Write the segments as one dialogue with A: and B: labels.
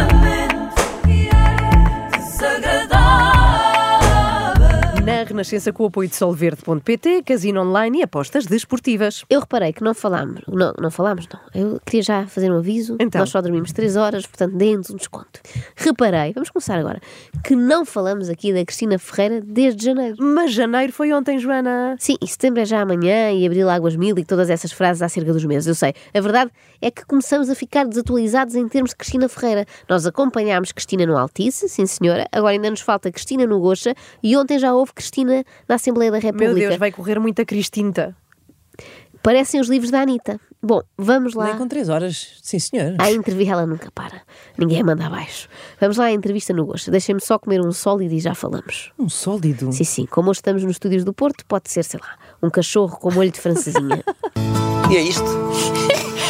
A: Extremamente desagradável.
B: Na Renascença, com o apoio de solverde.pt, casino online e apostas desportivas.
C: Eu reparei que não falámos, não, não falámos, não. Eu queria já fazer um aviso.
B: Então.
C: Nós só dormimos 3 horas, portanto, dentro um desconto. Reparei, vamos começar agora, que não falamos aqui da Cristina Ferreira desde janeiro.
B: Mas janeiro foi ontem, Joana.
C: Sim, e setembro é já amanhã e abril águas mil e todas essas frases acerca dos meses, eu sei. A verdade é que começamos a ficar desatualizados em termos de Cristina Ferreira. Nós acompanhámos Cristina no Altice, sim senhora, agora ainda nos falta Cristina no Gocha e ontem já houve Cristina na Assembleia da República.
B: Meu Deus, vai correr muita Cristinta.
C: Parecem os livros da Anitta. Bom, vamos lá.
D: Nem com três horas, sim senhor.
C: A entrevista ela nunca para. Ninguém a manda abaixo. Vamos lá à entrevista no gosto. Deixem-me só comer um sólido e já falamos.
D: Um sólido.
C: Sim, sim. Como hoje estamos nos estúdios do Porto, pode ser, sei lá, um cachorro com molho de francesinha.
E: E é isto?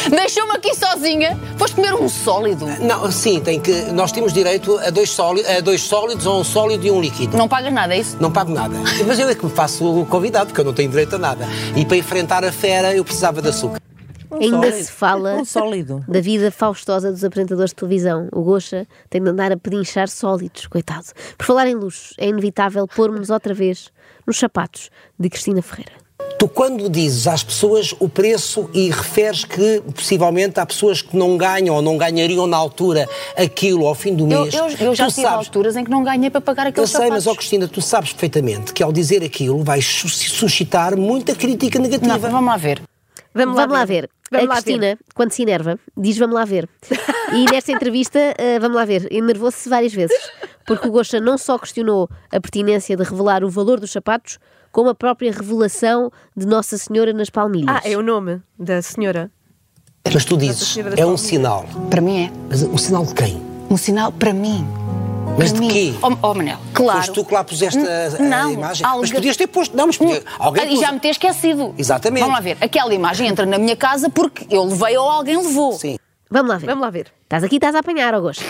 F: Deixou-me aqui sozinha. Foste comer um sólido.
E: Não, sim, tem que. Nós temos direito a dois, sólidos, a dois sólidos, ou um sólido e um líquido.
F: Não pagas nada, é isso?
E: Não pago nada. Mas eu é que me faço o convidado, porque eu não tenho direito a nada. E para enfrentar a fera eu precisava de açúcar.
B: Um
C: Ainda
B: sólido.
C: se fala
D: Um sólido.
C: da vida faustosa dos apresentadores de televisão. O Gocha tem de andar a pedinchar sólidos, coitado. Por falar em luxo, é inevitável pormos outra vez nos sapatos de Cristina Ferreira.
E: Tu, quando dizes às pessoas o preço e referes que possivelmente há pessoas que não ganham ou não ganhariam na altura aquilo ao fim do
F: Eu,
E: mês,
F: eu, eu já
E: tu
F: tive
E: sabes.
F: alturas em que não ganhei para pagar
E: Eu
F: aqueles
E: sei, mas,
F: sapatos.
E: ó Cristina, tu sabes perfeitamente que ao dizer aquilo vais sus- suscitar muita crítica negativa.
F: Não, vamos lá ver.
C: Vamos lá, ver.
B: Vamos
C: a
B: lá ver.
C: Cristina, quando se enerva, diz vamos lá ver. E nesta entrevista, eh, vamos lá ver, enervou-se várias vezes. Porque o Gosta não só questionou a pertinência de revelar o valor dos sapatos, como a própria revelação de Nossa Senhora nas Palmilhas.
B: Ah, é o nome da senhora.
E: Mas tu dizes,
B: senhora da
E: é um
B: Palmeiras.
E: sinal.
F: Para mim é
E: Mas um sinal de quem?
F: um sinal para mim.
E: Mas
F: para
E: de
F: mim.
E: quê?
F: Oh, oh, Manel, claro.
E: Foste tu que lá puseste a, a
F: Não, um
E: imagem. Mas
F: alguém-
E: podias ter posto. Não, mas podia... alguém
F: Hum. ah, e
E: pôs-
F: já me ter esquecido.
E: Exatamente.
F: Vamos lá ver. Aquela imagem entra na minha casa porque eu levei ou alguém levou.
E: Sim.
C: Vamos lá ver.
B: Vamos lá ver.
C: Estás aqui, estás a apanhar, ao Gosta.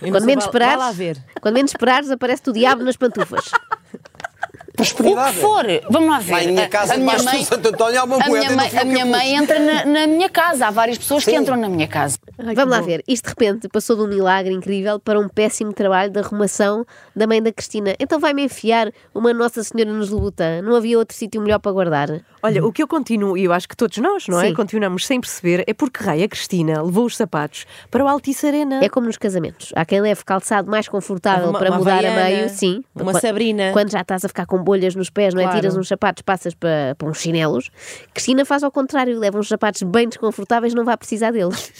C: Quando menos
D: vá- vá
C: esperares,
D: lá ver.
C: quando menos esperares, aparece o diabo nas pantufas.
F: O
E: Prosperidade.
F: que for, vamos lá ver.
E: Lá em minha casa,
F: a, a minha
E: debaixo
F: mãe,
E: do Santo António, há uma
F: a
E: moeda e
F: minha
E: não
F: mãe,
E: sei o
F: a
E: que
F: minha
E: eu
F: mãe entra na, na minha casa. Há várias pessoas que
E: Sim.
F: entram na minha casa.
C: Vamos lá ver. Isto, de repente, passou de um milagre incrível para um péssimo trabalho de arrumação da mãe da Cristina. Então vai-me enfiar uma Nossa Senhora nos Lobutan. Não havia outro sítio melhor para guardar.
B: Olha,
D: Uhum.
B: o que eu continuo, e eu acho que todos nós, não é?
C: Sim.
B: Continuamos sem perceber, é porque Raia Cristina levou os sapatos para o Altice Arena.
C: É como nos casamentos. Há quem leve calçado mais confortável
D: Uma-
C: para
D: uma
C: mudar a
D: Havaiana,
C: meio. Sim.
D: uma
C: Quando-
D: Sabrina.
C: Quando já estás a ficar com bolhas nos pés, não é?
D: Claro.
C: Tiras uns sapatos, passas para, para uns chinelos. Cristina faz ao contrário. Leva uns sapatos bem desconfortáveis, não vai precisar deles.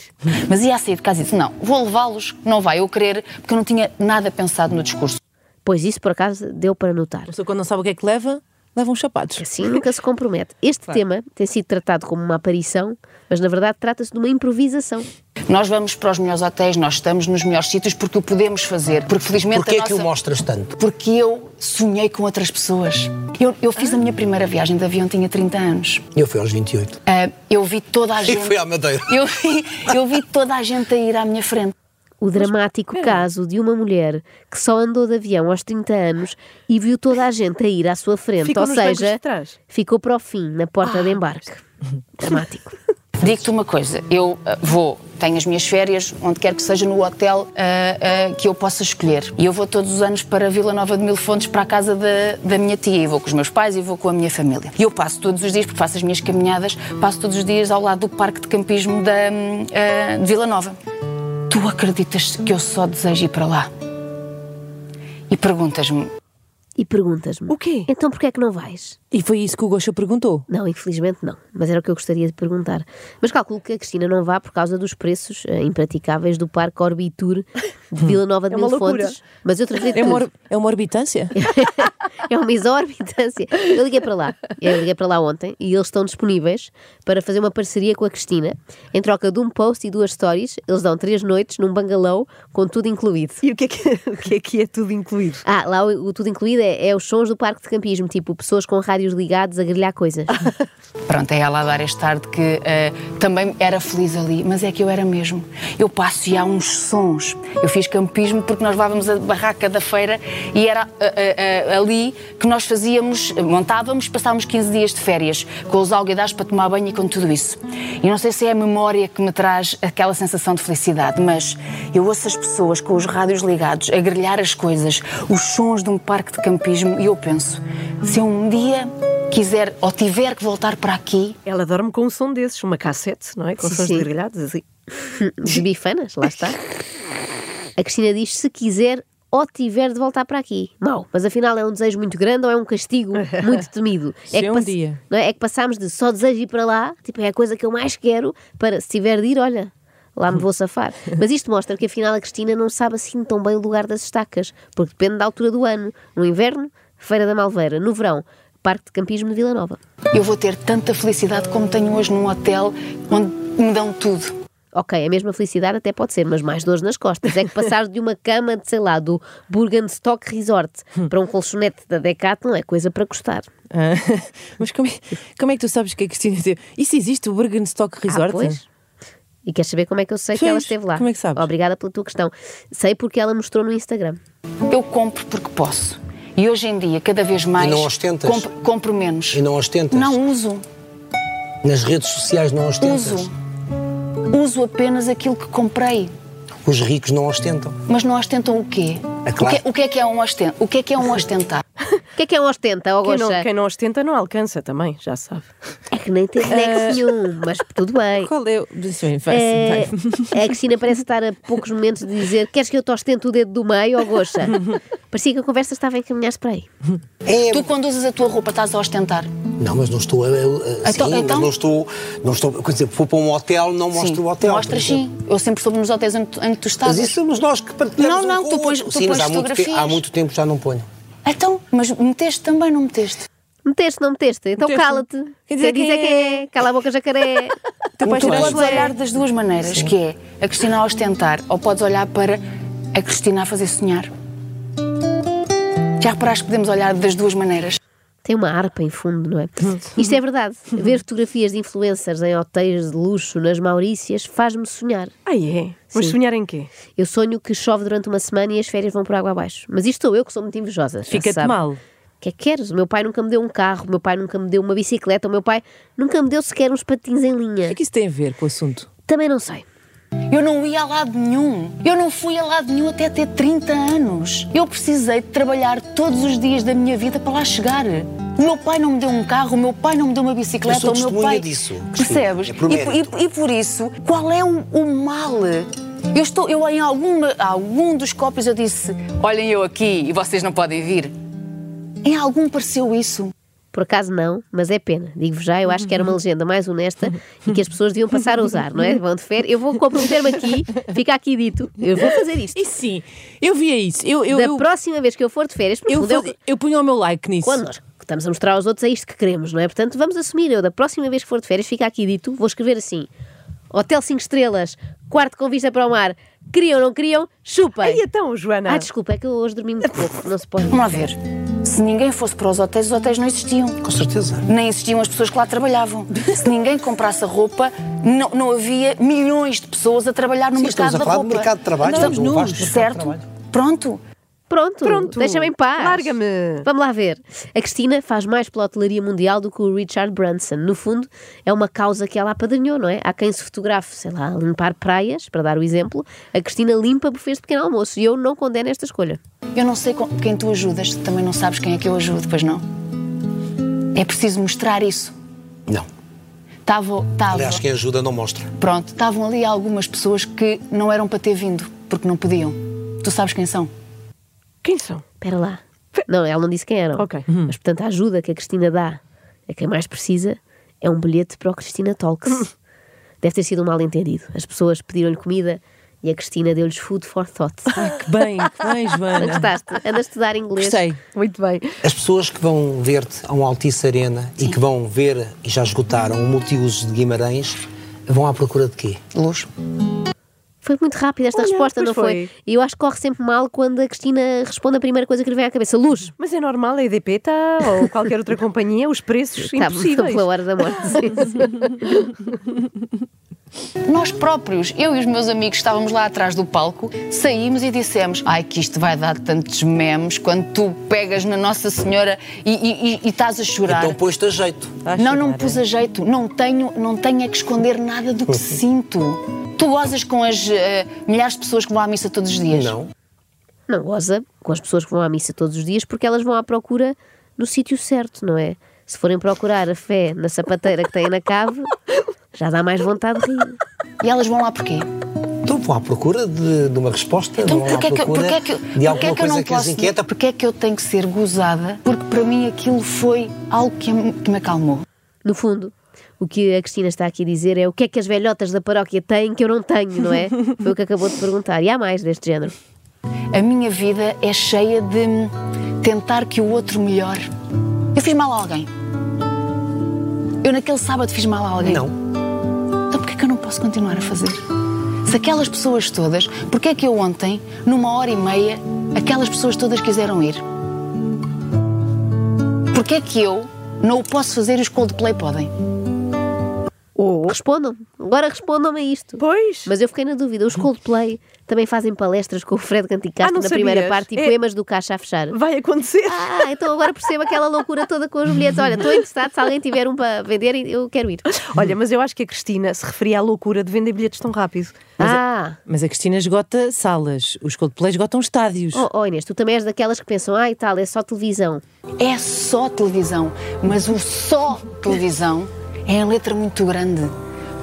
F: Mas ia sair de casa e disse: não, vou levá-los, não vai eu querer, porque eu não tinha nada pensado no discurso.
C: Pois isso, por acaso, deu para notar.
D: A pessoa quando não sabe o que é que leva, leva uns
B: É.
D: sapatos.
C: Assim nunca se compromete. Este tema tem sido tratado como uma aparição, mas na verdade trata-se de uma improvisação.
F: Nós vamos para os melhores hotéis, nós estamos nos melhores sítios porque o podemos fazer. Porque felizmente
E: Porquê
F: a
E: é que
F: nossa...
E: o mostras tanto?
F: Porque eu sonhei com outras pessoas. Eu, eu fiz a minha primeira viagem de avião, tinha 30 anos.
E: Eu fui aos 28.
F: Ah, eu vi toda a gente.
E: fui à Madeira.
F: Eu vi, eu vi toda a gente a ir à minha frente.
C: O dramático caso de uma mulher que só andou de avião aos 30 anos e viu toda a gente a ir à sua frente,
B: Ficou
C: ou
B: nos bancos
C: seja,
B: de trás. Ah,
C: ficou para o fim, na porta de embarque. Dramático.
F: Digo-te uma coisa, eu ah, vou, tenho as minhas férias, onde quer que seja, no hotel ah, ah, que eu possa escolher. E eu vou todos os anos para Vila Nova de Mil Fontes, para a casa da, da minha tia. E vou com os meus pais e vou com a minha família. E eu passo todos os dias, porque faço as minhas caminhadas, passo todos os dias ao lado do parque de campismo da, hum, ah, de Vila Nova. Tu acreditas que eu só desejo ir para lá? E perguntas-me,
C: E perguntas-me:
B: O quê?
C: Então porquê é que não vais?
D: E foi isso que o Gosha perguntou.
C: Não, infelizmente não, mas era o que eu gostaria de perguntar. Mas calculo que a Cristina não vá por causa dos preços eh, impraticáveis do Parque Orbitur de Vila Nova de
B: É uma
C: Mil
B: loucura.
C: Fontes. Mas eu tratei de
D: É uma,
C: tudo.
D: or- é uma orbitância?
C: é uma exorbitância. Eu liguei para lá. Eu liguei para lá ontem e eles estão disponíveis para fazer uma parceria com a Cristina. Em troca de um post e duas stories, eles dão três noites num bangalô com tudo incluído.
B: E o que, é que, o que é que é tudo incluído?
C: Ah, lá o, o tudo incluído é, é os sons do parque de campismo, tipo pessoas com rádios ligados a grelhar coisas.
F: Pronto, é ela a dar este tarde que eh, também era feliz ali, mas é que eu era mesmo. Eu passo e há uns sons. Eu fiz campismo porque nós levávamos a barraca da feira e era eh, eh, eh, ali que nós fazíamos, montávamos, passávamos 15 dias de férias com os alguidares para tomar banho e com tudo isso. E não sei se é a memória que me traz aquela sensação de felicidade, mas eu ouço as pessoas com os rádios ligados a grelhar as coisas, os sons de um parque de campismo e eu penso, se eu um dia quiser ou tiver que voltar para aqui,
B: Ela dorme com um som desses, uma cassete, não é? Com
C: Sim,
B: sons
C: sim.
B: grelhados, assim.
C: De bifanas, lá está. A Cristina diz se quiser ou tiver de voltar para aqui. Mau, mas afinal é um desejo muito grande ou é um castigo muito temido?
D: Se é um
C: pass-
D: dia.
C: Não é? É que passámos de só desejo ir para lá, tipo é a coisa que eu mais quero, para se tiver de ir, olha. Lá me vou safar. Mas isto mostra que afinal a Cristina não sabe assim tão bem o lugar das estacas, porque depende da altura do ano. No inverno, Feira da Malveira. No verão, Parque de Campismo de Vila Nova.
F: eu vou ter tanta felicidade como tenho hoje num hotel onde me dão tudo.
C: Ok, a mesma felicidade até pode ser, mas mais dores nas costas. É que passar de uma cama, de, sei lá, do Burgenstock Resort
D: Hum.
C: para um colchonete da Decathlon é coisa para custar.
D: Ah, mas como é, como é que tu sabes que a Cristina teve? Isso existe, o Bergenstock Resort?
C: Ah, pois. E queres saber como é que eu sei que
D: Pois,
C: ela esteve lá?
D: como é que sabes?
C: Obrigada pela tua questão. Sei porque ela mostrou no Instagram.
F: Eu compro porque posso. E hoje em dia, cada vez mais.
E: E não ostentas?
F: comp- compro menos.
E: E não ostentas?
F: Não uso.
E: Nas redes sociais não ostentas?
F: Uso. Uso apenas aquilo que comprei.
E: Os ricos não ostentam.
F: Mas não ostentam o quê?
E: É claro.
F: O, que, o que é que é um ostentar? O que é que é um ostentar?
C: O que é que é um ostenta, ó
B: Quem não,
C: Gocha?
B: quem não ostenta não alcança também, já sabe.
C: É que nem teve nexo nenhum, mas tudo bem.
D: Qual é? o- Sim, Ah. vai,
C: É,
D: vai.
C: a Cristina parece estar a poucos momentos de dizer queres que eu te ostente o dedo do meio, ó Gocha? Parecia que a conversa estava a encaminhar-se para aí.
E: É-
F: tu, quando usas a tua roupa, estás a ostentar.
E: Não, mas não estou. a- a- a-
F: Então-
E: sim, mas
F: então?
E: não estou. Não estou quer dizer, vou para um hotel, não mostro
F: sim.
E: o hotel.
F: Mostras
E: por exemplo.
F: sim. Eu sempre soube nos hotéis onde, tu- onde tu estás.
E: Mas isso somos nós que partilhamos.
F: Não, não,
E: um com
F: tu
E: o
F: pões-
E: outro.
F: tu
E: Sim,
F: pões
E: mas há muito, te-
F: fotografias.
E: há muito tempo já não ponho.
F: Então, mas meteste também, não meteste?
C: Meteste, não meteste? Então
D: Meteste.
C: cala-te.
D: Quer dizer
C: Quem
D: quem
C: dizer quem é? Cala a boca, jacaré.
D: Tu
F: Tu
D: vais
F: podes
D: tirar-
F: olhar das duas maneiras, que é a Cristina a ostentar, ou podes olhar para a Cristina a fazer sonhar. Já reparaste que podemos olhar das duas maneiras?
C: Tem uma harpa em fundo, não é? Isto é verdade. Ver fotografias de influencers em hotéis de luxo nas Maurícias faz-me sonhar.
B: Ah, é? Mas
C: Sim.
B: sonhar em quê?
C: Eu sonho que chove durante uma semana e as férias vão por água abaixo. Mas isto sou eu que sou muito invejosa. já se
D: Fica-te
C: sabe.
D: mal.
C: O que é que queres? O meu pai nunca me deu um carro, o meu pai nunca me deu uma bicicleta, o meu pai nunca me deu sequer uns patins em
D: O
C: linha.
D: é que isso tem a ver com o assunto?
C: Também não sei.
F: Eu não ia a lado nenhum. Eu não fui a lado nenhum até ter 30 anos. Eu precisei de trabalhar todos os dias da minha vida para lá chegar. O meu pai não me deu um carro, o meu pai não me deu uma
E: Eu
F: bicicleta,
E: sou
F: o meu
E: testemunha
F: pai.
E: disso, Cristina.
F: Percebes?
E: É por
F: E por- e,
E: mérito.
F: e por isso, qual é o, o mal? Eu estou, eu em alguma, algum dos copos eu disse: olhem eu aqui e vocês não podem vir. Em algum pareceu isso.
C: Por acaso não, mas é pena. Digo-vos já, eu acho que era
D: Uhum.
C: uma legenda mais honesta e que as pessoas deviam passar a usar, não é? Vão de férias. Eu vou comprometer-me aqui, fica aqui dito, eu vou fazer isto.
D: E sim, eu via isso. Eu, eu,
C: da
D: eu,
C: próxima vez que eu for de férias, no
D: eu,
C: fundo, eu-
D: vou- eu punho o meu like nisso.
C: quando nós estamos a mostrar aos outros é isto que queremos, não é? Portanto, vamos assumir. Eu, da próxima vez que for de férias, fica aqui dito, vou escrever assim: Hotel 5 estrelas, quarto com vista para o mar, queriam ou não queriam, chupem.
B: Ai, então, Joana.
C: Ah, desculpa, é que eu hoje dormi muito pouco, não se pode.
F: Vamos lá ver. Se ninguém fosse para os hotéis, os hotéis não existiam.
E: Com certeza.
F: Nem existiam as pessoas que lá trabalhavam. Se ninguém comprasse a roupa, não, não havia milhões de pessoas a trabalhar no
E: Sim,
F: mercado
E: estamos a
F: da
E: falar do
F: roupa.
E: mercado de trabalho,
F: Não,
E: estamos num vasto mercado de
F: certo?
E: trabalho.
F: Pronto.
C: Pronto,
B: Pronto.
C: deixa-me em paz.
B: Larga-me.
C: Vamos lá ver. A Cristina faz mais pela hotelaria mundial do que o Richard Branson. No fundo, é uma causa que ela apadrinhou, não é? Há quem se fotografe, sei lá, a limpar praias, para dar o exemplo. A Cristina limpa bufês de pequeno almoço e eu não condeno esta escolha.
F: Eu não sei com- quem tu ajudas, tu também não sabes quem é que eu ajudo, pois não? É preciso mostrar isso.
E: Não.
F: Estavam, estavam,
E: Aliás, quem ajuda não mostra.
F: pronto, estavam ali algumas pessoas que não eram para ter vindo, porque não podiam. Tu sabes quem são?
B: Quem são?
C: Espera lá. Não, ela não disse quem eram.
B: Ok.
C: Mas, portanto, a ajuda que a Cristina dá a quem mais precisa é um bilhete para o Cristina Talks. Deve ter sido um mal entendido. As pessoas pediram-lhe comida E a Cristina deu-lhes food for thought.
D: Que bem, que bem,
C: Não
D: Joana.
C: Gostaste? Anda a estudar inglês.
D: Gostei.
B: Muito bem.
E: As pessoas que vão ver-te a um Altice Arena e que vão ver, e já esgotaram, o multiuso de Guimarães, vão à procura de quê?
F: Luz.
C: Foi muito rápida esta
B: Olha,
C: resposta,
B: pois
C: não foi?
B: foi.
C: E eu acho que corre sempre mal quando a Cristina responde a primeira coisa que lhe vem à cabeça: luz.
B: Mas é normal, a EDP está, tá, ou qualquer outra companhia, os preços
C: Tá,
B: impossíveis.
C: pela hora da morte. Sim, sim.
F: Nós próprios, eu e os meus amigos, estávamos lá atrás do palco, saímos e dissemos: Ai, que isto vai dar tantos memes quando tu pegas na Nossa Senhora e, e- e- e estás a chorar.
E: Então pôs-te a é. jeito.
F: não, não pus a jeito, não tenho, não tenho é que esconder nada do que sinto. Tu gozas com as eh, milhares de pessoas que vão à missa todos os dias?
E: Não.
C: Não goza com as pessoas que vão à missa todos os dias porque elas vão à procura no sítio certo, não é? Se forem procurar a fé na sapateira que têm na cave, já dá mais vontade de rir.
F: E elas vão lá porquê?
E: Então vão à procura de, de uma resposta,
F: Então
E: não vão à
F: porquê é que, eu-
E: procura
F: porquê é que, eu-
E: de
F: porquê é
E: alguma
F: que eu
E: coisa
F: não
E: que as
F: posso?
E: inquieta.
F: Porquê é que eu tenho que ser gozada? Porque para mim aquilo foi algo que me- que me acalmou.
C: No fundo, o que a Cristina está aqui a dizer é o que é que as velhotas da paróquia têm que eu não tenho, não é? Foi o que acabou de perguntar. E há mais deste género.
F: A minha vida é cheia de tentar que o outro melhore. Eu fiz mal a alguém. Eu naquele sábado fiz mal a alguém.
E: Não.
F: Então porquê é que eu não posso continuar a fazer? Se aquelas pessoas todas, porquê é que eu ontem, numa hora e meia, aquelas pessoas todas quiseram ir? Porquê é que eu não o posso fazer e os Coldplay podem?
B: Ou,
C: Respondam-me. Agora respondam-me a isto.
B: pois,
C: Mas eu fiquei na dúvida. Os Coldplay também fazem palestras com o Fred
B: Ah,
C: Canticastro
B: não
C: na primeira
B: sabias?
C: parte e
B: É-
C: poemas do caixa a fechar.
B: vai acontecer.
C: Ah, então agora percebo aquela loucura toda com os bilhetes. Olha, estou interessado, se alguém tiver um para vender, eu quero ir.
B: Olha, mas eu acho que a Cristina se referia à loucura de vender bilhetes tão rápido.
C: Ah,
D: Mas a Cristina esgota salas, os Coldplay esgotam estádios.
C: oh, oh, Inês, tu também és daquelas que pensam, ai tal, é só televisão.
F: É só televisão, mas o só televisão é em letra muito grande.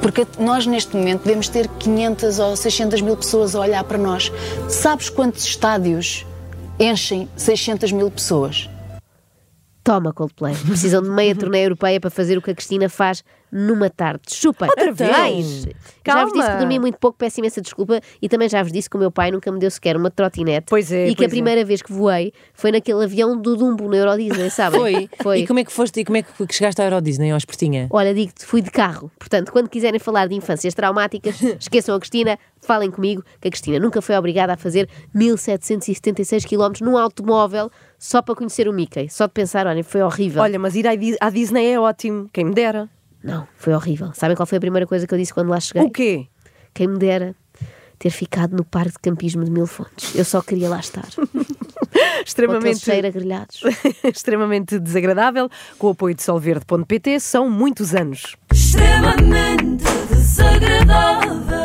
F: Porque nós, neste momento, devemos ter 500 ou 600 mil pessoas a olhar para nós. Sabes quantos estádios enchem 600 mil pessoas?
C: Toma, Coldplay. Precisam de meia turnê europeia para fazer o que a Cristina faz numa tarde. Chupem. Outra
D: vez?
C: Já vos
B: Calma.
C: disse que dormi muito pouco, peço imensa desculpa. E também já vos disse que o meu pai nunca me deu sequer uma trotinete.
B: Pois é,
C: E que
B: pois
C: a primeira vez que voei foi naquele avião do Dumbo na Euro Disney, sabem?
D: Foi.
C: Foi.
D: E como é que foste e como é que chegaste à Euro Disney, ó Espertinha?
C: Olha, digo-te, fui de carro. Portanto, quando quiserem falar de infâncias traumáticas, esqueçam a Cristina, falem comigo, que a Cristina nunca foi obrigada a fazer 1776 km num automóvel só para conhecer o Mickey. Só de pensar, olha, foi horrível.
B: Olha, mas ir à Dis- à Disney é ótimo, quem me dera.
C: Não, foi horrível. Sabem qual foi a primeira coisa que eu disse quando lá cheguei?
B: O quê?
C: Quem me dera ter ficado no parque de campismo de Mil Fontes. Eu só queria lá estar. Com aquele
B: Extremamente.
C: cheiro a grelhados.
B: extremamente desagradável, com o apoio de solverde.pt, são muitos anos.
A: extremamente desagradável.